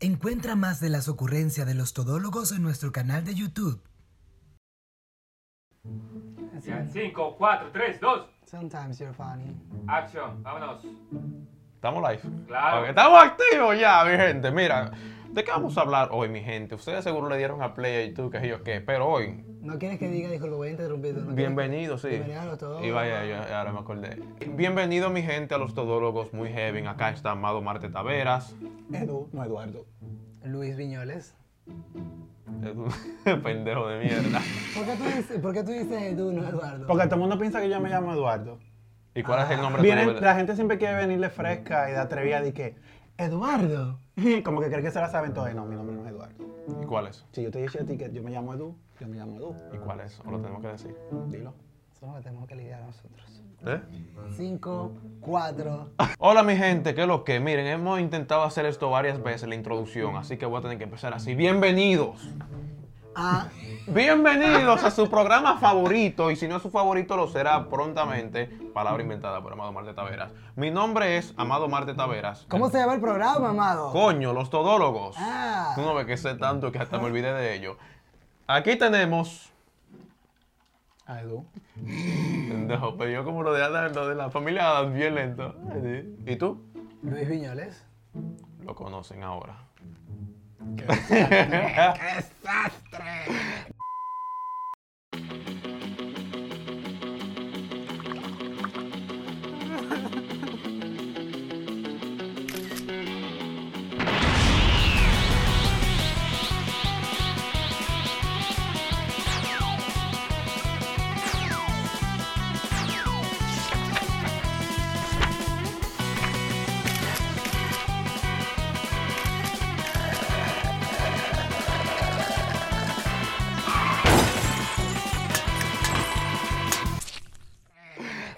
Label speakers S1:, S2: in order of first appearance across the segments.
S1: Encuentra más de las ocurrencias de los todólogos en nuestro canal de YouTube.
S2: Así.
S3: 5, 4, 3, 2,
S2: Sometimes you're funny.
S3: action, vámonos.
S4: Estamos live.
S3: Claro.
S4: Ok, estamos activos ya, mi gente. Mira, ¿de qué vamos a hablar hoy, mi gente? Ustedes seguro le dieron a play y tú, que yo qué, pero hoy,
S2: No quieres que diga, dijo, lo voy a interrumpir. No quieres
S4: bienvenido, sí.
S2: que- Bienvenido a los todos.
S4: Y vaya, yo ahora me acordé. Bienvenido, mi gente, a los todólogos muy heavy. Acá está Amado Marte Taveras.
S5: Edu, no Eduardo.
S2: Luis Viñoles.
S4: Es un pendejo de mierda.
S2: ¿Por qué tú dices, por qué tú dices Edu, no Eduardo?
S5: Porque todo el mundo piensa que yo me llamo Eduardo.
S4: ¿Y cuál es el nombre de tu
S5: Vienen, la
S4: verdad?
S5: gente siempre quiere venirle fresca y de atrevida de que, Eduardo. Como que cree que se la saben todas. No, mi nombre no es Eduardo.
S4: ¿Y cuál es?
S5: Si yo te dije a ti que yo me llamo Edu, yo me llamo Edu.
S4: ¿Y cuál es? ¿O lo tenemos que decir?
S5: Dilo.
S2: Eso no lo tenemos que lidiar nosotros.
S4: ¿Eh?
S2: 5, 4.
S4: Hola mi gente, ¿qué es lo que? Miren, hemos intentado hacer esto varias veces, la introducción, así que voy a tener que empezar así. Bienvenidos.
S2: Ah,
S4: Bienvenidos a su programa favorito, y si no es su favorito lo será prontamente, palabra inventada por Amado Marte Taveras. Mi nombre es Amado Marte Taveras.
S2: ¿Cómo se llama el programa, amado?
S4: Coño, los todólogos.
S2: Ah.
S4: Tú no ves que sé tanto que hasta me olvidé de ello. Aquí tenemos...
S5: A Edu.
S4: No, pero yo como lo de, Adán, lo de la familia Adams, bien lento. Así. ¿Y tú?
S2: Luis Viñoles.
S4: Lo conocen ahora.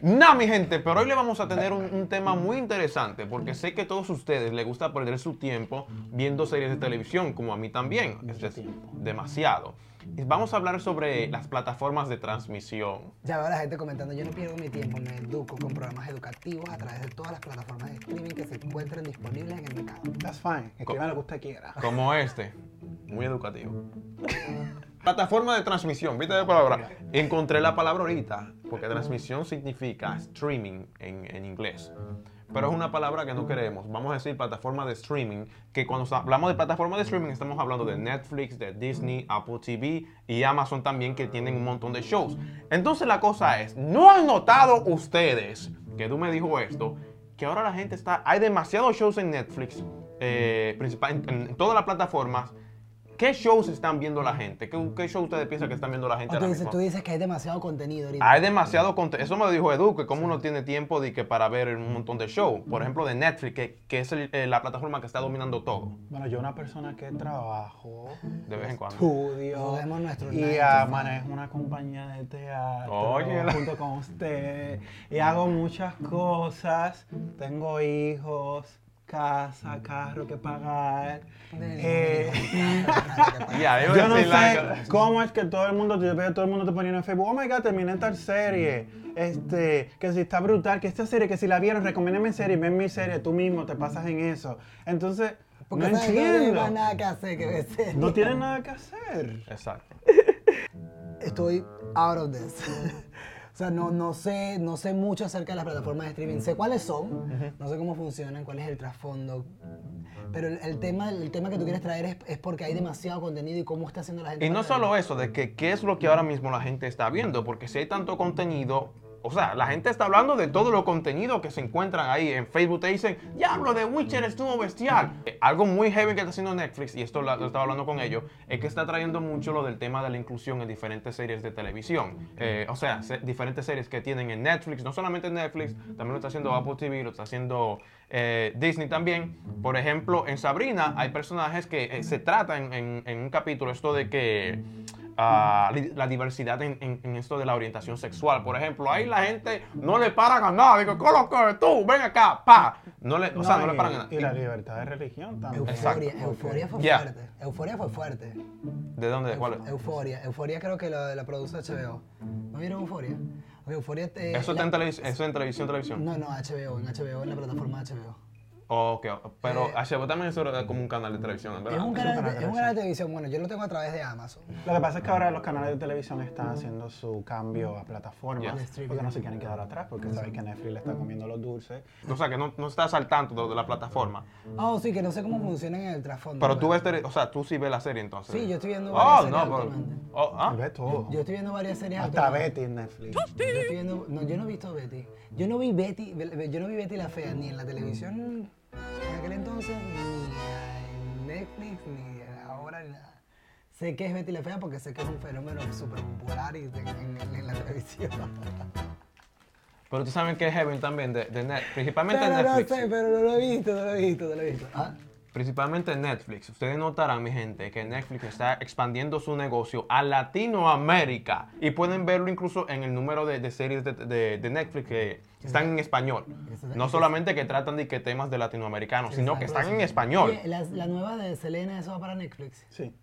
S4: Nah, mi gente, pero hoy le vamos a tener un, un tema muy interesante porque sé que a todos ustedes les gusta perder su tiempo viendo series de televisión, como a mí también. Es decir, demasiado. Y Vamos a hablar sobre las plataformas de transmisión.
S2: Ya veo a la gente comentando, yo no pierdo mi tiempo, me educo con programas educativos a través de todas las plataformas de streaming que se encuentren disponibles en el mercado.
S5: That's fine. Escriban lo que usted quiera.
S4: Como este, muy educativo. Plataforma de transmisión, viste la palabra. Encontré la palabra ahorita, porque transmisión significa streaming en, en inglés. Pero es una palabra que no queremos. Vamos a decir plataforma de streaming, que cuando hablamos de plataforma de streaming estamos hablando de Netflix, de Disney, Apple TV y Amazon también, que tienen un montón de shows. Entonces la cosa es, ¿no han notado ustedes que tú me dijo esto? que ahora la gente está. Hay demasiados shows en Netflix, eh, principal- en, en todas las plataformas. ¿Qué shows están viendo la gente? ¿Qué, qué shows ustedes piensan que están viendo la gente
S2: O tú
S4: ahora
S2: dices,
S4: mismo?
S2: tú dices que hay demasiado contenido ahorita.
S4: Hay demasiado contenido. Eso me lo dijo Edu, que cómo uno tiene tiempo de que para ver un montón de shows. Por ejemplo, de Netflix, que, que es el- eh, la plataforma que está dominando todo.
S5: Bueno, yo una persona que trabajo,
S4: De vez en cuando.
S5: estudio
S2: Jodemos nuestro nine
S5: y
S2: to
S5: ah,
S2: five.
S5: manejo una compañía de teatro
S4: Oye, la-
S5: junto con usted y hago muchas cosas. Tengo hijos, casa, carro que pagar. Eh,
S4: Ya, iba a
S5: yo no
S4: decir algo.
S5: sé cómo es que todo el mundo, yo veo todo el mundo te poniendo en Facebook, oh my god, terminé tal serie, este, que si está brutal, que esta serie, que si la vieron, recomiéndame serie, ven mi serie, tú mismo te pasas en eso. Entonces,
S2: Porque
S5: no
S2: sabes, no hay
S5: entiendo.
S2: más nada que hacer que ver series.
S5: No tienen nada que hacer.
S4: Exacto.
S2: Estoy out of this. o sea, no, no, sé, no sé mucho acerca de las plataformas de streaming. Sé cuáles son, no sé cómo funcionan, cuál es el trasfondo. Pero el, el tema, el tema que tú quieres traer es, es porque hay demasiado contenido y cómo está haciendo la gente.
S4: Y no
S2: para-
S4: solo eso, de que qué es lo que ahora mismo la gente está viendo, porque si hay tanto contenido, o sea, la gente está hablando de todo lo contenido que se encuentran ahí en Facebook, te dicen, diablo, de Witcher estuvo bestial. Eh, Algo muy heavy que está haciendo Netflix, y esto la- lo estaba hablando con ellos, es que está trayendo mucho lo del tema de la inclusión en diferentes series de televisión. Eh, o sea, se- diferentes series que tienen en Netflix, no solamente Netflix, también lo está haciendo Apple TV, lo está haciendo eh, Disney también. Por ejemplo, en Sabrina hay personajes que eh, se tratan en, en un capítulo esto de que ah, li- la diversidad en, en- en esto de la orientación sexual. Por ejemplo, ahí la gente no le paran a nada. Digo, ¿qué lo que tú? Ven acá, pa. No le, o sea, no, le
S5: y-
S4: paran a nada.
S5: Y la libertad de religión también.
S2: Euforia,
S4: Exacto.
S2: euforia fue
S4: Ya.
S2: fuerte. Euforia fue fuerte.
S4: ¿De dónde? ¿De
S2: eh,
S4: cuál?
S2: Euforia, Euforia creo que la, la produce HBO. ¿No vieron Euforia? Euforia. eh,
S4: Eso
S2: la-
S4: está en, televis- eso en televisión, televisión.
S2: No, no, HBO, en HBO, en la plataforma HBO.
S4: Ok, pero
S2: Eh,
S4: HBO también es solo como un canal de televisión, en
S2: Es
S4: ¿verdad?
S2: un
S5: es un
S2: canal,
S5: canal
S2: de-
S5: de
S2: es un canal de televisión. Bueno, yo lo tengo a través de Amazon.
S5: Lo que pasa es que ahora los canales de televisión están haciendo su cambio a
S4: Ya.
S5: plataformas
S4: De
S2: streaming.
S5: porque no se quieren quedar atrás porque sabes que Netflix le está
S2: Mm.
S5: comiendo los dulces.
S4: O sea, que no, no estás al tanto de, de la plataforma.
S2: Oh, sí, que no sé cómo funcionan en el trasfondo.
S4: Pero tú ves, tele- o sea, tú sí ves la serie entonces.
S2: Sí, yo estoy viendo
S4: Oh,
S2: varias
S4: no,
S2: series
S4: pero-
S2: actualmente.
S4: oh, ah.
S5: Ve todo.
S2: Yo estoy viendo varias series
S5: Hasta
S2: actualmente.
S5: Betty en Netflix.
S2: Yo estoy viendo- no, yo no he visto Betty. Yo no vi Betty, yo no vi Betty la fea ni en la televisión en aquel entonces, ni en Netflix, ni ahora ni nada. Sé que es Betty la fea porque sé que es un fenómeno súper popular y de- en, en la televisión.
S4: Pero tú sabes que es Heaven también, de, de Net- principalmente
S2: Pero no
S4: Netflix.
S2: sé, pero no lo he visto, no lo he visto, no lo he visto. ¿Ah?
S4: Principalmente Netflix. Ustedes notarán, mi gente, que Netflix está expandiendo su negocio a Latinoamérica. Y pueden verlo incluso en el número de, de series de, de- de Netflix que están en español. No solamente que tratan de que temas de latinoamericanos, sino Pues que están en español.
S2: Oye, la, la nueva de Selena, eso va para Netflix.
S5: Sí.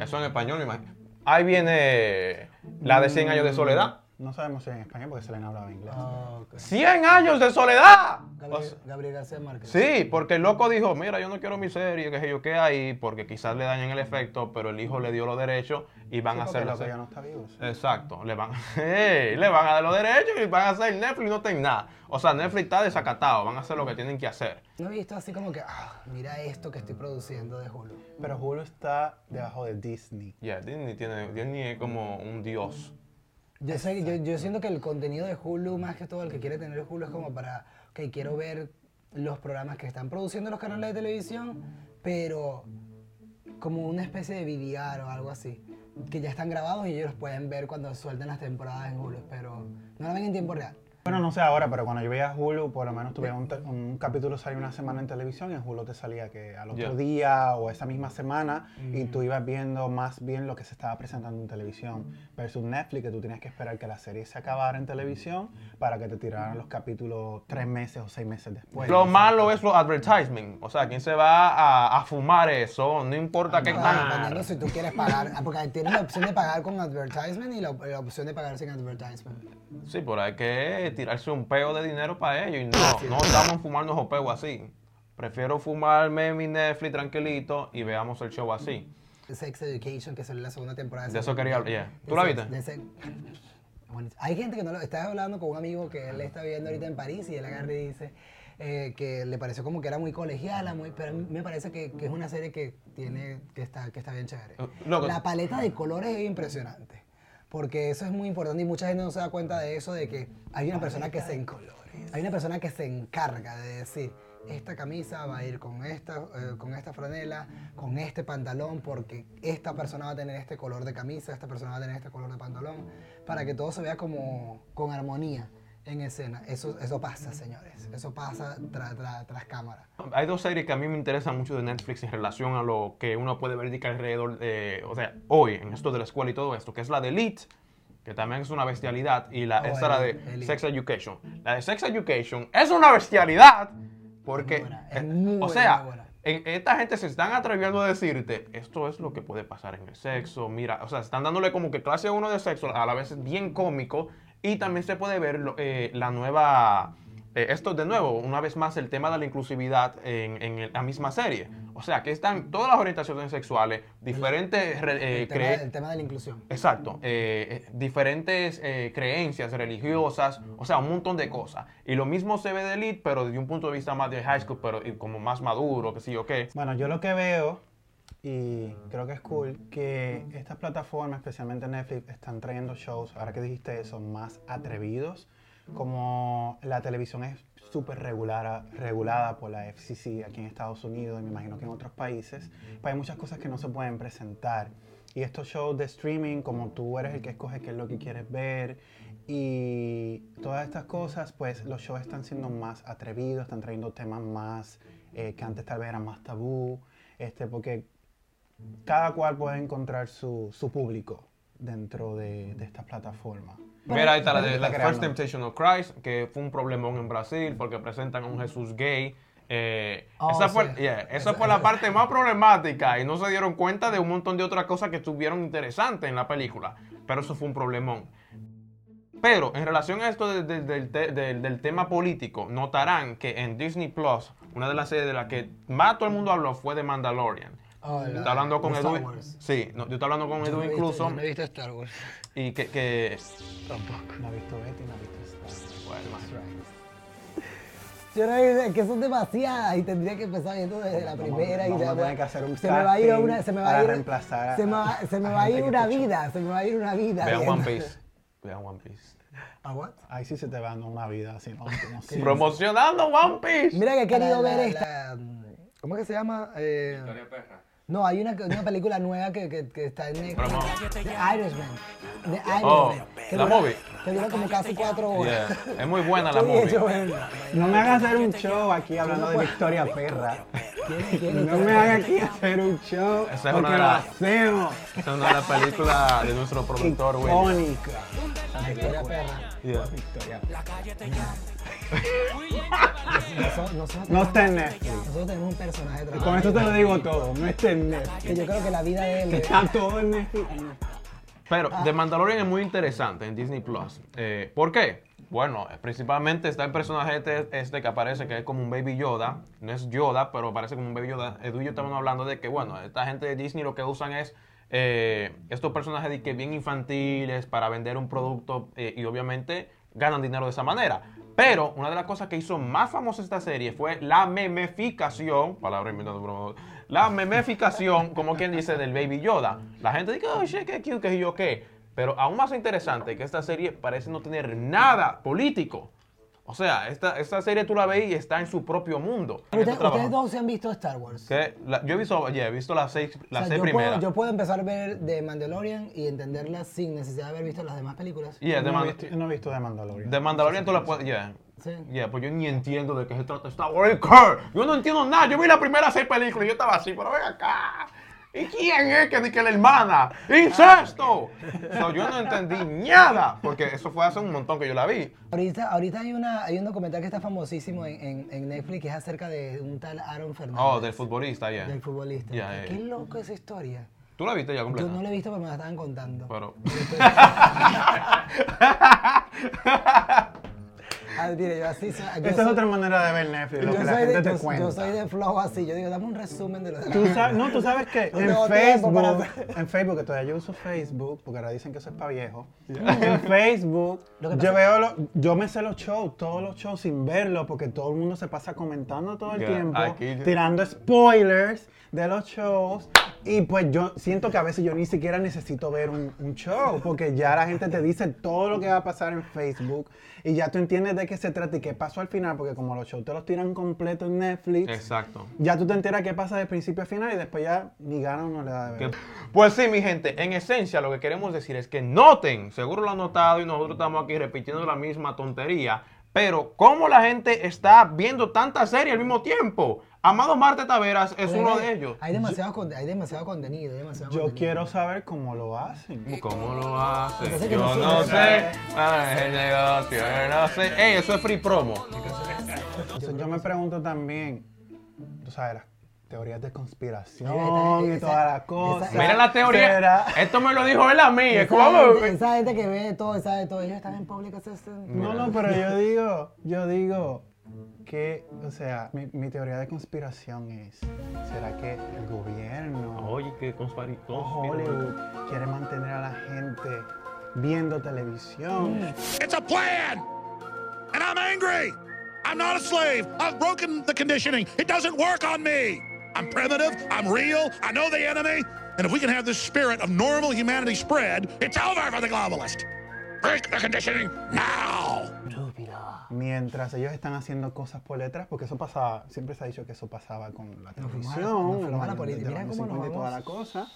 S4: Eso en español, me imagino. Ahí viene la de 100 años de soledad.
S5: No sabemos si en español porque Selena hablaba inglés.
S2: Ah,
S4: ¡100 años de soledad! O
S2: Gabriel,
S4: sea,
S2: Gabriel García Márquez.
S4: Sí, porque el loco dijo, mira, yo no quiero mi serie, que sé yo qué ahí, porque quizás le dañen el efecto, pero el hijo le dio los derechos y van a
S5: Porque
S4: hacer la
S5: loco
S4: serie.
S5: ya no está vivo. sí.
S4: Exacto, le van, ¡Ey! le van a dar los derechos y van a hacer Netflix, no tienen nada. O sea, Netflix está desacatado, van a hacer lo que tienen que hacer.
S2: No he visto así como que, ah, mira esto que estoy produciendo de Hulu.
S5: Pero Hulu está debajo de Disney.
S4: Ya, Disney, tiene, Disney es como un dios.
S2: Yo, sé, yo, yo siento que el contenido de Hulu, más que todo el que quiere tener Hulu, es como para, ok, quiero ver los programas que están produciendo los canales de televisión, pero como una especie de VDR o algo así, que ya están grabados y ellos los pueden ver cuando suelten las temporadas en Hulu, pero no lo ven en tiempo real.
S5: Bueno, no sé ahora, pero cuando yo veía Hulu, por lo menos tuve un, te- un capítulo salió una semana en televisión y en Hulu te salía que al otro
S4: Ya.
S5: día o esa misma semana y tú ibas viendo más bien lo que se estaba presentando en televisión versus Netflix, que tú tenías que esperar que la serie se acabara en televisión para que te tiraran los capítulos tres meses o seis meses después.
S4: Lo malo es los advertisement, o sea, ¿quién se va a, a fumar eso? No importa
S5: Ah,
S4: qué
S2: Bueno,
S4: tan...
S2: dependiendo si tú quieres pagar, ah, porque tienes la opción de pagar con advertisement y la, op- la opción de pagar sin advertisement.
S4: Sí, pero hay que tirarse un peo de dinero para ello y no, no estamos fumando esos peos así. Prefiero fumarme mi Netflix tranquilito y veamos el show así.
S2: Sex Education, que salió la segunda temporada.
S4: De eso quería hablar, yeah.
S2: De
S4: ¿Tú la
S2: Sex-
S4: viste?
S2: de Sex- Bueno, hay gente que no lo... Estaba hablando con un amigo que él está viviendo ahorita en París y él agarra y dice eh, que le pareció como que era muy colegiala, muy, pero a mí me parece que, que es una serie que tiene que está, que está bien chévere.
S4: Eh, loco.
S2: La paleta de colores es impresionante, porque eso es muy importante y mucha gente no se da cuenta de eso, de que hay una persona que se... en- Hay una persona que se encarga de decir, esta camisa va a ir con esta, eh, con esta franela, con este pantalón, porque esta persona va a tener este color de camisa, esta persona va a tener este color de pantalón, para que todo se vea como con armonía en escena. Eso, eso pasa, señores. Eso pasa tra- tra- tras cámara.
S4: Hay dos series que a mí me interesan mucho de Netflix en relación a lo que uno puede ver de que alrededor de, o sea, hoy, en esto de la escuela y todo esto, que es la de Elite, que también es una bestialidad, y la,
S2: Oh,
S4: esa la de
S2: Elite, Elite.
S4: Sex Education. La de Sex Education es una bestialidad porque, eh,
S2: Es muy buena, es muy
S4: o
S2: buena,
S4: sea,
S2: muy buena.
S4: en- esta gente se están atreviendo a decirte, esto es lo que puede pasar en el sexo, mira, o sea, están dándole como que clase uno de sexo, a la vez es bien cómico, y también se puede ver lo- eh, la nueva, eh, esto de nuevo, una vez más el tema de la inclusividad en, en el- la misma serie. O sea, que están todas las orientaciones sexuales, diferentes re- eh,
S2: el, tema,
S4: cre-
S2: el tema de la inclusión.
S4: Exacto, eh, eh, diferentes eh, creencias religiosas, o sea, un montón de cosas. Y lo mismo se ve de Elite, pero desde un punto de vista más de high school, pero y como más maduro, que sí yo qué.
S5: Bueno, yo lo que veo, y creo que es cool, que estas plataformas, especialmente Netflix, están trayendo shows, ahora que dijiste eso, más atrevidos. Como la televisión es súper regulada, regulada por la FCC aquí en Estados Unidos y me imagino que en otros países, pues hay muchas cosas que no se pueden presentar. Y estos shows de streaming, como tú eres el que escoge qué es lo que quieres ver y todas estas cosas, pues los shows están siendo más atrevidos, están trayendo temas más eh, que antes tal vez eran más tabú, este, porque cada cual puede encontrar su, su público dentro de, de estas plataformas.
S4: Mira, ahí está la de
S5: Está
S4: la
S5: creando.
S4: First Temptation of Christ, que fue un problemón en Brasil porque presentan a un Jesús gay. Eh,
S2: Oh,
S4: esa fue,
S2: sí.
S4: yeah, esa
S2: Esa-
S4: fue la parte más problemática y no se dieron cuenta de un montón de otras cosas que estuvieron interesantes en la película, pero eso fue un problemón. Pero en relación a esto de- de- del te- del- del tema político, notarán que en Disney Plus, una de las series de las que más todo el mundo habló fue de Mandalorian.
S2: Oh,
S4: Yo
S2: la-
S4: estaba hablando con
S2: de Star
S4: Edu.
S2: Wars.
S4: Sí, no, yo estaba hablando con
S2: Yo
S4: Edu
S2: no he visto-
S4: incluso.
S2: yo No he visto este Star Wars.
S4: Y que, que-
S2: Tampoco.
S5: No ha visto Betty, no ha visto Star.
S4: Bueno,
S5: That's right.
S2: Yo no he visto, que son demasiadas y tendría que empezar viendo desde la
S5: Vamos-
S2: primera y
S5: vamos
S2: ya
S5: a tener
S2: voy-
S5: que hacer un
S2: se me va a ir
S5: casting
S2: una se me va
S5: para
S2: a ir
S5: reemplazar a-
S2: se me va,
S5: a-
S2: se me
S5: a
S2: va a
S5: gente
S2: ir
S5: que
S2: una
S5: escucha.
S2: vida, se me va a ir una vida.
S4: vean
S2: viendo.
S4: One Piece. Vean One Piece.
S1: ¿A what?
S5: Ahí sí se te va dando una vida así, ¿no? Como si-
S4: Promocionando One Piece.
S2: Mira que he querido
S1: La- la-
S2: ver
S1: la-
S2: esta. ¿Cómo es que se llama? Eh,
S3: Victoria Perra.
S2: no, hay una, una película nueva que, que, que está en Netflix.
S4: Promo.
S2: The Irishman. The Irishman.
S4: Oh,
S2: que
S4: la
S2: dura-
S4: movie.
S2: Que dura como casi cuatro
S4: Yeah,
S2: horas.
S4: Es muy buena la
S2: Estoy
S4: movie.
S2: hecho verla.
S5: No me hagas hacer un show aquí hablando de Victoria Perra.
S2: ¿Quién- quién
S5: No
S2: está-
S5: me hagas aquí hacer un show
S4: Esa es una
S5: porque
S4: de
S5: lo
S4: las-
S5: hacemos.
S4: Esta es una de las películas de nuestro productor, Will.
S5: Icónica.
S2: Victoria Perra.
S4: Yeah.
S5: Victoria.
S2: Nosotros, nosotros,
S5: No está en
S2: tenemos-
S5: Netflix.
S2: nosotros tenemos un personaje
S5: Y Con
S2: trabajando.
S5: esto te lo digo todo. No está en Netflix.
S2: que Yo creo que la vida de él.
S5: Que está todo en Netflix.
S4: Pero The Mandalorian es muy interesante en Disney Plus. Eh, ¿Por qué? Bueno, eh, principalmente está el personaje este, este que aparece que es como un Baby Yoda. No es Yoda, pero parece como un Baby Yoda. Edu y yo estábamos hablando de que, bueno, esta gente de Disney lo que usan es eh, estos personajes de que bien infantiles para vender un producto eh, y obviamente ganan dinero de esa manera. Pero una de las cosas que hizo más famosa esta serie fue la memeficación, palabra inventada por uno, la memeficación, como quien dice, del Baby Yoda. La gente dice, oh, shit, qué cute, qué yo qué. Pero aún más interesante que esta serie parece no tener nada político. O sea, esta, esta serie tú la ves y está en su propio mundo.
S2: Ustedes-
S4: Está
S2: ustedes
S4: trabajando.
S2: dos se han visto Star Wars.
S4: Que la- yo he visto, yeah, he visto las seis,
S2: O sea,
S4: las seis
S2: yo,
S4: primeras.
S2: puedo, yo puedo empezar a ver The Mandalorian y entenderla sin necesidad de haber visto las demás películas.
S4: Yeah, de
S5: no, he
S4: Man-
S5: visto, no he visto The Mandalorian.
S4: De Mandalorian tú la puedes. Yeah.
S2: Sí.
S4: Yeah, pues yo ni entiendo de qué se trata Star Wars. ¿qué? Yo no entiendo nada. Yo vi las primeras seis películas y yo estaba así, pero ven acá. ¿Y quién es que ni que la hermana? ¡Incesto! So, yo no entendí nada, porque eso fue hace un montón que yo la vi.
S2: Ahorita, ahorita hay, una, hay un documental que está famosísimo en, en- en Netflix que es acerca de un tal Aaron Fernández.
S4: Oh, del futbolista, yeah.
S2: del futbolista.
S4: Ya, eh.
S2: Qué loco esa historia.
S4: ¿Tú la viste ya
S2: Yo
S4: completa?
S2: no lo he visto, pero me la estaban contando.
S4: Pero.
S2: Ah, mire, yo así soy. Yo
S5: Esa es
S2: soy-
S5: otra manera de ver Netflix, lo
S2: yo
S5: que la
S2: soy
S5: gente
S2: de,
S5: te
S2: yo-
S5: cuenta.
S2: yo soy de flow así. Yo digo, dame un resumen de lo de
S5: Tú sabes- no, tú sabes que
S2: No
S5: en
S2: tengo tiempo para
S5: Facebook, en Facebook, que todavía yo uso Facebook, porque ahora dicen que eso es para viejo. En Facebook,
S2: Lo que
S5: yo veo, lo- yo me sé los shows, todos los shows sin verlos, porque todo el mundo se pasa comentando todo el
S4: Ya,
S5: tiempo,
S4: aquí yo-
S5: tirando spoilers de los shows. Y pues yo siento que a veces yo ni siquiera necesito ver un, un show, porque ya la gente te dice todo lo que va a pasar en Facebook y ya tú entiendes de qué se trata y qué pasó al final, porque como los shows te los tiran completo en Netflix,
S4: Exacto.
S5: ya tú te enteras qué pasa de principio a final y después ya ni gana uno le da de
S4: Que-
S5: ver.
S4: Pues sí, mi gente, en esencia lo que queremos decir es que noten, seguro lo han notado y nosotros estamos aquí repitiendo la misma tontería, pero ¿cómo la gente está viendo tanta serie al mismo tiempo? Amado Marte Taveras es uno de ellos.
S2: Hay demasiado, con- hay demasiado contenido. Hay demasiado
S5: Yo
S2: contenido.
S5: quiero saber cómo lo hacen.
S4: ¿Cómo lo hace?
S2: Entonces, que
S4: Yo
S2: no
S4: no
S2: sé.
S4: sé, ah, es el negocio, yo no sé. Ey, eso es free promo.
S5: Entonces yo me pregunto también, tú sabes, las teorías de
S2: Ay,
S5: conspiración
S2: esa-
S5: y todas las
S2: esa-
S5: cosas.
S2: esa-
S4: Mira la teoría. Eh,
S5: ¿Será?
S4: Esto me lo dijo él a mí. es como-
S2: Esa gente, esa gente que ve todo, sabe todo. Ellos están en público. se- se-
S5: No, no, pero yo digo, yo digo que, o sea, mi, mi teoría de conspiración es, ¿será que el gobierno
S4: Oye, qué conspari-
S5: o
S4: conspiración.
S5: Hollywood quiere mantener a la gente viendo televisión?
S6: It's a plan! And I'm angry! I'm not a slave! I've broken the conditioning. It doesn't work on me! I'm primitive, I'm real, I know the enemy, and if we can have this spirit of normal humanity spread, it's over for the globalist! Break the conditioning now!
S5: mientras ellos están haciendo cosas por detrás, porque eso pasaba, siempre se ha dicho que eso pasaba con
S2: fuimos
S5: la
S2: a
S5: televisión,
S2: la- nos fuimos
S5: los
S2: a la
S5: años
S2: política.
S5: de los
S2: Mira
S5: años
S2: cómo nos
S5: 50 y toda la
S2: vamos.
S5: cosa.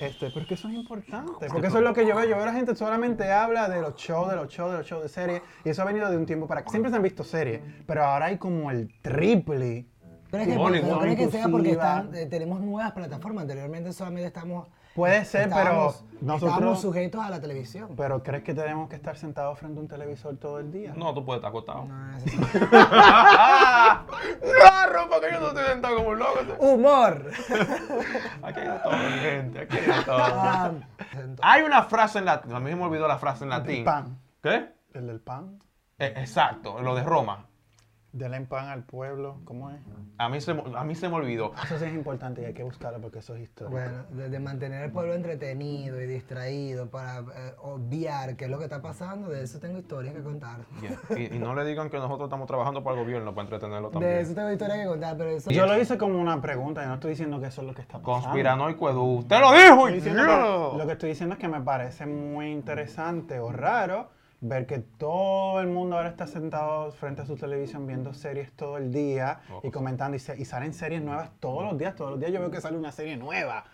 S5: Este, porque eso es importante, porque eso es lo que yo veo. Yo veo a la gente solamente habla de los shows, de los shows, de los shows de series, y eso ha venido de un tiempo para acá. Siempre se han visto series, pero ahora hay como el triple.
S2: ¿Crees que,
S4: Hollywood,
S2: pero crees que sea porque
S5: inclusiva.
S2: están- eh, tenemos nuevas plataformas? Anteriormente solamente estamos.
S5: Puede ser, pero
S2: estábamos- Estábamos
S5: nosotros.
S2: sujetos a la televisión.
S5: Pero crees que tenemos que estar sentados frente a un televisor todo el día?
S4: No, tú puedes estar acostado.
S2: No, eso sí.
S4: ¡Claro! Porque yo Ah, no estoy sentado como un loco.
S2: ¡Humor!
S4: Aquí hay de todo, mi gente. Aquí hay de todo.
S2: Ah,
S4: Hay una frase en latín. A mí me olvidó la frase en latín.
S5: Pan.
S4: ¿Qué?
S5: el del pan.
S4: Eh, exacto, lo de Roma.
S5: Denle pan al pueblo. ¿Cómo es?
S4: A mí se, mo- a mí se me olvidó.
S5: Eso sí es importante y hay que buscarlo porque eso es historia.
S2: Bueno, de, de mantener al pueblo entretenido y distraído para eh, obviar qué es lo que está pasando, de eso tengo historias que contar.
S4: Yeah. Y, y no le digan que nosotros estamos trabajando para el gobierno para entretenerlo
S2: De
S4: también.
S2: eso tengo historias que contar, pero eso...
S5: Yo lo hice como una pregunta, yo no estoy diciendo que eso es lo que está pasando.
S4: Conspiranoico Edu. ¡Usted lo dijo!
S5: Estoy
S4: y-
S5: diciendo que-
S4: Yeah.
S5: lo que estoy diciendo es que me parece muy interesante o raro ver que todo el mundo ahora está sentado frente a su televisión viendo series todo el día y comentando y, se- y salen series nuevas todos los días, todos los días yo veo que sale una serie nueva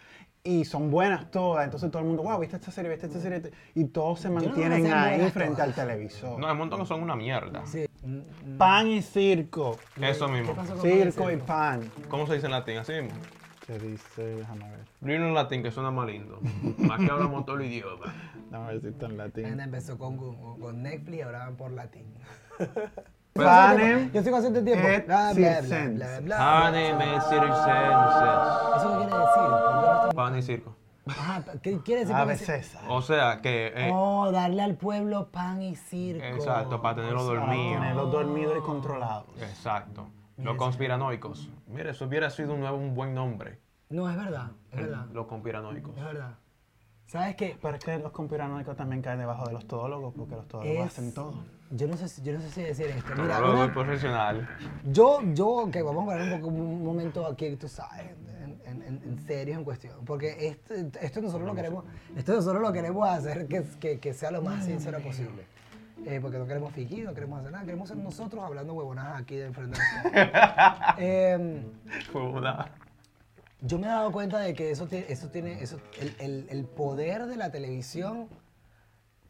S5: y son buenas todas, entonces todo el mundo, wow, viste esta serie, viste esta serie y todos se
S2: que
S5: mantienen
S2: sean
S5: ahí
S2: buenas
S5: frente
S2: todas.
S5: al televisor.
S4: No, hay un montón que son una mierda.
S2: Sí. Mm,
S5: Pan y circo.
S4: Eso mismo.
S2: ¿Qué pasó con
S5: Circo y
S2: Mauricio?
S5: pan.
S4: ¿Cómo se dice en latín? Así mismo.
S5: ¿Qué dice? Déjame ver.
S4: Vino en latín que suena más lindo. Aquí hablamos todo el idioma.
S5: Déjame ver si está en latín.
S2: Bueno, mm, empezó con, Google, con Netflix y ahora van por latín.
S5: Panem
S2: Yo estoy consciente del tiempo.
S5: et
S2: Bla, bla, bla,
S5: circenses.
S2: bla, bla, bla.
S4: circenses.
S2: ¿Eso qué quiere decir? ¿Por qué no estamos-
S4: Pan y circo.
S2: Ajá, ¿qué quiere decir?
S5: A
S2: pan y circo?
S5: veces.
S4: O sea que. eh,
S2: Oh, darle al pueblo pan y circo.
S4: exacto, para tenerlo
S5: Para
S4: dormido.
S5: tenerlos dormidos y controlados.
S4: Exacto. Los conspiranoicos. Mire, eso hubiera sido un, nuevo, un buen nombre. Eh,
S2: No, es verdad, es verdad,
S4: Los conspiranoicos.
S2: es verdad. ¿Sabes qué?
S5: Pero es que los conspiranoicos también caen debajo de los todólogos, porque los todólogos
S2: Es-
S5: hacen todo.
S2: Yo no sé, si- yo no sé si decir esto. Mira,
S4: Todo
S2: una-
S4: muy profesional.
S2: yo, yo, que vamos a parar un, poco, un momento aquí, tú sabes, en, en- en- en serio, en cuestión. Porque esto, esto nosotros lo queremos, esto nosotros lo queremos hacer que, que- que sea lo más sincero posible. Eh, porque no queremos fingir, no queremos hacer nada, queremos ser nosotros hablando huevonadas aquí de enfrente. de la cámara. Em,
S4: Joda.
S2: Yo me he dado cuenta de que eso tiene, eso tiene, eso, el, el- el poder de la televisión,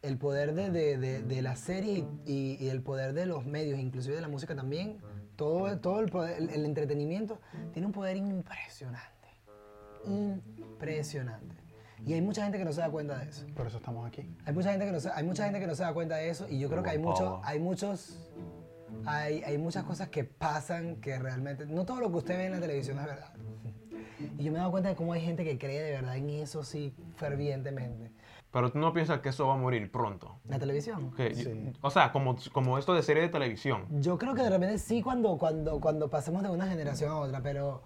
S2: el poder de, de- de- de la serie y, y el poder de los medios, inclusive de la música también, todo, todo el, poder- el- el entretenimiento tiene un poder impresionante, impresionante. Y hay mucha gente que no se da cuenta de eso.
S5: Por eso estamos aquí.
S2: Hay mucha gente que no se, hay mucha gente que no se da cuenta de eso y yo creo que hay
S4: Buen
S2: muchos,
S4: Mm. pavo.
S2: hay muchos, hay, hay muchas cosas que pasan que realmente, no todo lo que usted ve en la televisión es verdad. Y yo me he dado cuenta de cómo hay gente que cree de verdad en eso sí fervientemente.
S4: Pero tú no piensas que eso va a morir pronto.
S2: La televisión.
S4: Que- O sea, como, como esto de serie de televisión.
S2: Yo creo que de repente sí cuando, cuando, cuando pasemos de una generación a otra, pero...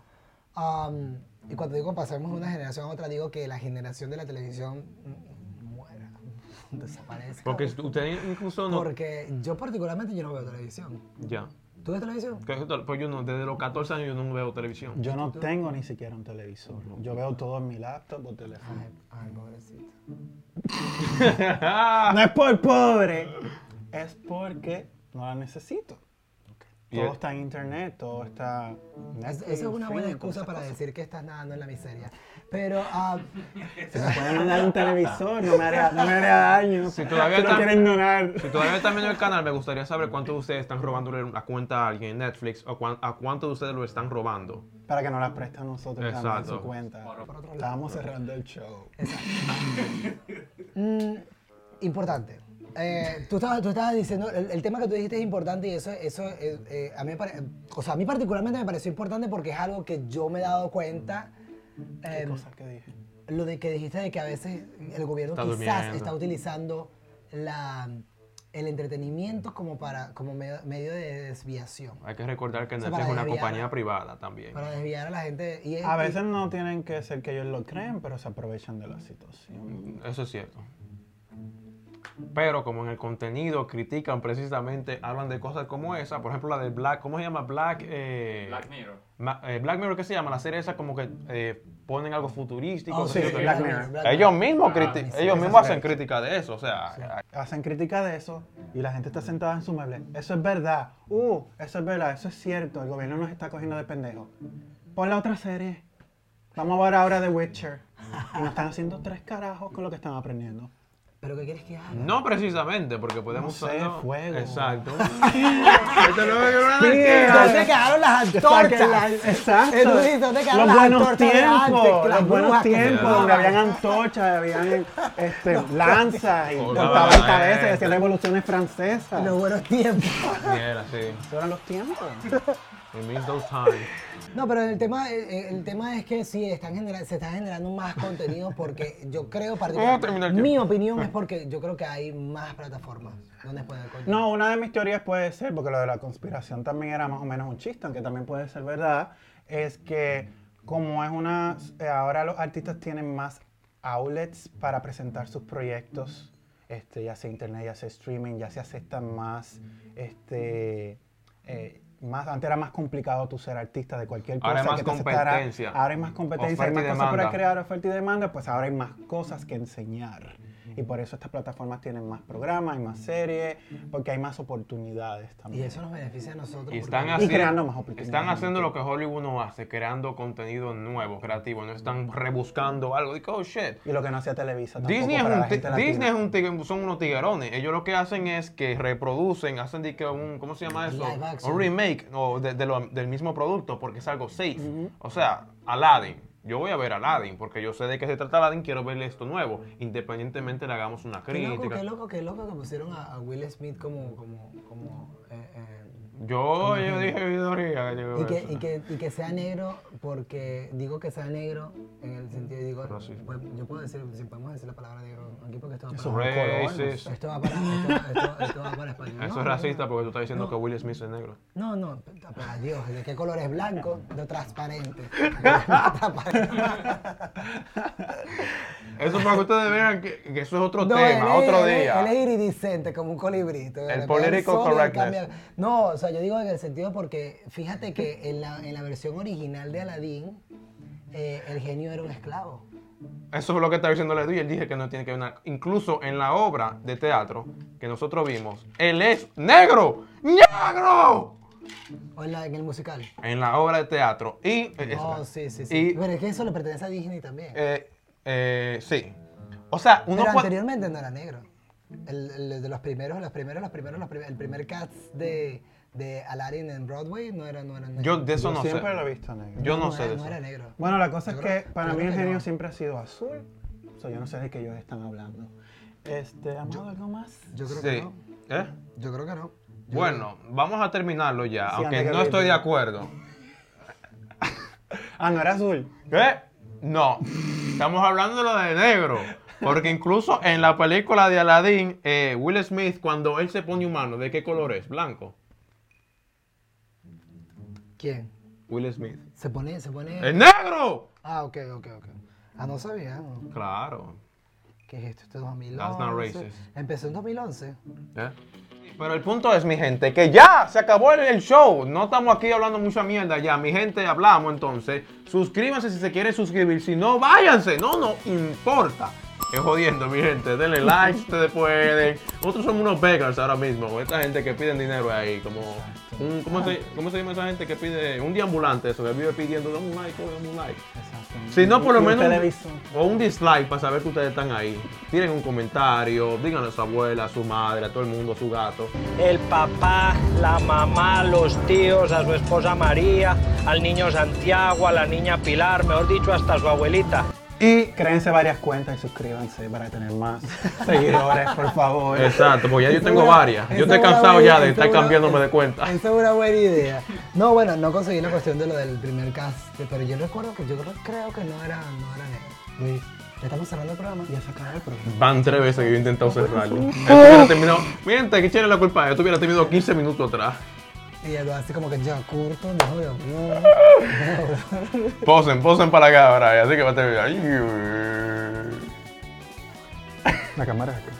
S2: am, y cuando digo pasemos de una generación a otra, digo que la generación de la televisión mm, muera, desaparezca.
S4: Porque usted incluso no.
S2: Porque yo particularmente yo no veo televisión.
S4: Ya.
S2: ¿Tú ves televisión?
S4: Que esto- Pues yo no, desde los 14 años yo no veo televisión.
S5: Yo no tengo ni siquiera un televisor. Yo veo todo en mi laptop o teléfono.
S2: Ay, pobrecito. Ah.
S5: No es por pobre, es porque no la necesito.
S4: Y el-
S5: Todo está en internet, todo está.
S2: Es-
S5: Netflix,
S2: esa es una buena
S5: streaming,
S2: excusa
S5: todas
S2: para
S5: esas
S2: decir que estás nadando en la miseria. Pero, ah,
S5: cosas. Si me pueden mandar un televisor, no me haría, no me haría daño.
S4: Si todavía
S5: Se lo
S4: está-
S5: quieren donar.
S4: Si todavía están viendo el canal, me gustaría saber cuántos de ustedes están robando la cuenta a alguien en Netflix o cuán- a cuántos de ustedes lo están robando.
S5: Para que nos las prestan nosotros también
S4: Exacto.
S5: su cuenta. Estábamos cerrando el show.
S2: importante. Eh, tú, estabas, tú estabas diciendo, el, el tema que tú dijiste es importante y eso, eso eh, eh, a, mí me pare- o sea, a mí particularmente me pareció importante porque es algo que yo me he dado cuenta.
S5: ¿Qué
S2: em,
S5: cosas que dije?
S2: lo de que dijiste de que a veces el gobierno
S4: Está
S2: quizás
S4: durmiendo.
S2: está utilizando la, el entretenimiento como, para, como medio- medio de desviación.
S4: Hay que recordar que
S2: sea,
S4: Netflix es
S2: para
S4: una
S2: desviar.
S4: compañía privada también.
S2: Para desviar a la gente. Y,
S5: A
S2: y-
S5: veces no tienen que ser que ellos lo creen, pero se aprovechan de la situación.
S4: Eso es cierto. Pero como en el contenido critican precisamente, hablan de cosas como esa, por ejemplo la de Black, ¿cómo se llama? Black... eh,
S3: Black Mirror.
S4: Ma- eh, Black Mirror, ¿qué se llama? La serie esa como que eh, ponen algo futurístico.
S2: Oh,
S4: qué
S5: sí,
S4: sé yo qué.
S5: Black Mirror.
S4: Ellos mismos, criti-
S2: sí,
S4: ellos
S5: sí,
S4: mismos
S5: sí.
S4: hacen crítica de eso, o sea... hay-
S5: Hacen crítica de eso y la gente está sentada en su mueble. Eso es verdad. Uh, eso es verdad. Eso es cierto. El gobierno nos está cogiendo de pendejo. Pon la otra serie. Vamos a ver ahora The Witcher. Y nos están haciendo tres carajos con lo que están aprendiendo.
S2: ¿Pero qué quieres que haga?
S4: No precisamente, porque podemos...
S5: No sé, fuego. Este
S4: Exacto.
S2: ¿Dónde quedaron las antorchas?
S5: Exacto.
S2: Eh, tú dices, ¿dónde quedaron
S5: los
S2: las
S5: buenos
S2: antorchas de antes?
S5: tiempos.
S2: Las
S5: Los buenos
S2: brujas que se
S5: tiempos donde
S2: quemaban.
S5: habían antorchas, habían este, lanzas y
S4: Hola.
S5: cortaban cabezas y hacían revoluciones francesas.
S2: Los buenos tiempos.
S4: Mierda, sí.
S5: Esos eran los tiempos.
S4: It means those times.
S2: No, pero el tema, el, el tema es que sí, están genera- se está generando más contenido porque yo creo,
S4: Vamos a terminar el
S2: particularmente,
S4: tiempo.
S2: mi opinión es porque yo creo que hay más plataformas donde pueden contenido.
S5: No, una de mis teorías puede ser, porque lo de la conspiración también era más o menos un chiste, aunque también puede ser verdad, es que como es una... eh, Ahora los artistas tienen más outlets para presentar sus proyectos, este, ya sea internet, ya sea streaming, ya se aceptan más... Este, eh, más, antes era más complicado tú ser artista de cualquier cosa.
S4: Ahora hay más
S5: que te aceptara.
S4: competencia.
S5: Ahora hay más competencia, hay
S4: Oferta
S5: más
S4: y
S5: cosas para
S4: demanda.
S5: crear, oferta y demanda, pues ahora hay más cosas que enseñar. Y por eso estas plataformas tienen más programas, hay más series, porque hay más oportunidades
S2: Y
S5: también.
S2: eso nos beneficia a nosotros. porque-
S4: Y están,
S5: Y
S4: haciendo,
S5: creando más oportunidades.
S4: están haciendo lo que Hollywood no hace, creando contenido nuevo, creativo. No están rebuscando algo. Digo, oh shit.
S5: Y lo que no hacía Televisa tampoco
S4: Disney, es
S5: para
S4: un
S5: la
S4: ti-
S5: gente latina.
S4: Disney es un tig- son unos tiguerones. Ellos lo que hacen es que reproducen, hacen de que un, ¿cómo se llama eso?
S2: Live action.
S4: Un remake o de- de lo- del mismo producto porque es algo safe. O sea, Aladdin. Yo voy a ver Aladdin porque yo sé de qué se trata Aladdin, quiero ver esto nuevo. Independientemente le hagamos una
S2: Qué loco,
S4: crítica.
S2: qué loco, qué loco que pusieron a, a Will Smith como, como, como eh, eh,
S4: Yo, yo dije "Vidoría, yo-
S2: y, que, y, que, y que sea negro porque digo que sea negro en el sentido digo
S4: Racismo.
S2: pues, yo puedo decir si podemos decir la palabra negro aquí porque esto va
S5: Eso
S2: para
S4: Racist.
S2: esto va para esto, esto- esto va para español
S4: Eso
S2: No,
S4: es
S2: no,
S4: racista
S2: no.
S4: porque tú estás diciendo
S2: No.
S4: que Will Smith es negro.
S2: No, no, pero Dios, ¿de qué color es blanco? De transparente. Transparente.
S4: Eso es para que ustedes vean que, que eso es otro
S2: No, él
S4: tema,
S2: es-
S4: otro
S2: él es-
S4: día.
S2: Él, es iridiscente, como un colibrito.
S4: El
S2: Le pega
S4: political
S2: sol y él
S4: correctness.
S2: cambia. No, o sea, yo digo en el sentido porque fíjate que en la, en la versión original de Aladdin, eh, el genio era un esclavo.
S4: Eso fue lo que estaba diciendo Ledu y él dije que no tiene que ver nada. Incluso en la obra de teatro que nosotros vimos, él es negro. ¡Negro!
S2: O en, la- en el musical.
S4: En la obra de teatro. Y. eh,
S2: No,
S4: es-
S2: sí, sí, sí.
S4: y,
S2: Pero es que eso le pertenece a Disney también.
S4: eh, eh, sí. O sea, uno
S2: Pero
S4: puede-
S2: anteriormente no era negro. El, el de los primeros, los primeros, los primeros, los primeros, el primer cast de, de Aladdin en Broadway no era, no era negro.
S4: Yo de eso
S5: Yo
S4: no
S5: siempre
S4: sé.
S5: lo he visto negro.
S4: Yo no, sé
S2: era,
S4: de
S2: no
S4: eso.
S2: era negro.
S5: Bueno, la cosa es que para
S2: yo
S5: mí
S2: creo
S5: el
S2: que
S5: genio
S2: no.
S5: siempre ha sido azul. So, yo no sé de qué ellos están hablando. Este, ¿Amado algo más?
S2: Yo creo que
S4: Sí.
S2: no.
S4: ¿Eh?
S2: Yo creo que no.
S4: Bueno, vamos a terminarlo ya,
S5: Sí,
S4: aunque
S5: antes que
S4: no
S5: lo
S4: estoy de
S5: diga.
S4: acuerdo.
S5: Ah, no era azul.
S4: ¿Qué? No. Estamos hablando de lo de negro. Porque incluso en la película de Aladdin, eh, Will Smith, cuando él se pone humano, ¿de qué color es? Blanco.
S2: ¿Quién?
S4: Will Smith.
S2: Se pone, se pone.
S4: ¡Es negro!
S2: Ah, ok, ok, ok. Ah, no sabía. ¿no?
S4: Claro.
S2: ¿Qué es esto? Esto es 2011.
S4: That's not racist.
S2: Empezó en 2011.
S4: ¿Eh? Pero el punto es, mi gente, que ya se acabó el, el show. No estamos aquí hablando mucha mierda ya. Mi gente, hablamos entonces. Suscríbanse si se quieren suscribir. Si no, váyanse. No, no importa. Es jodiendo, mi gente. Denle like si ustedes pueden. Nosotros somos unos beggars ahora mismo. con Esta gente que piden dinero ahí. Como un- ¿cómo, se, cómo se llama esa gente que pide? Un deambulante, eso. Que vive pidiendo, dame un like, dame un like.
S5: Exacto.
S4: Si no, por lo
S5: Y un
S4: menos. un-
S5: televisor.
S4: o un dislike para saber que ustedes están ahí. Tiren un comentario, díganle a su abuela, a su madre, a todo el mundo, a su gato.
S7: el papá, la mamá, los tíos, a su esposa María, al niño Santiago, a la niña Pilar, mejor dicho, hasta su abuelita.
S5: Y créense varias cuentas y suscríbanse para tener más seguidores, por favor.
S4: Exacto, porque ya yo tengo
S2: Esa es una-
S4: varias. Yo
S2: esa
S4: estoy
S2: es una
S4: cansado
S2: buena
S4: ya de
S2: idea,
S4: estar
S2: esa es una-
S4: cambiándome de
S2: es-
S4: cuenta.
S2: Esa es una buena idea. No, bueno, no conseguí la cuestión de lo del primer cast, pero yo recuerdo que yo creo, creo que no era, no era negro.
S5: Luis,
S2: Ya estamos cerrando el programa.
S5: ya se acabó el programa.
S4: Van tres veces que yo he intentado cerrarlo. Esto hubiera terminado. Miren, que echenle la culpa a él. Esto hubiera terminado 15 minutos atrás.
S2: Y ella lo hace como que ya curto, no, Dios mío.
S4: Posen, posen para acá ahora. Así que va a terminar.
S5: La cámara es acá.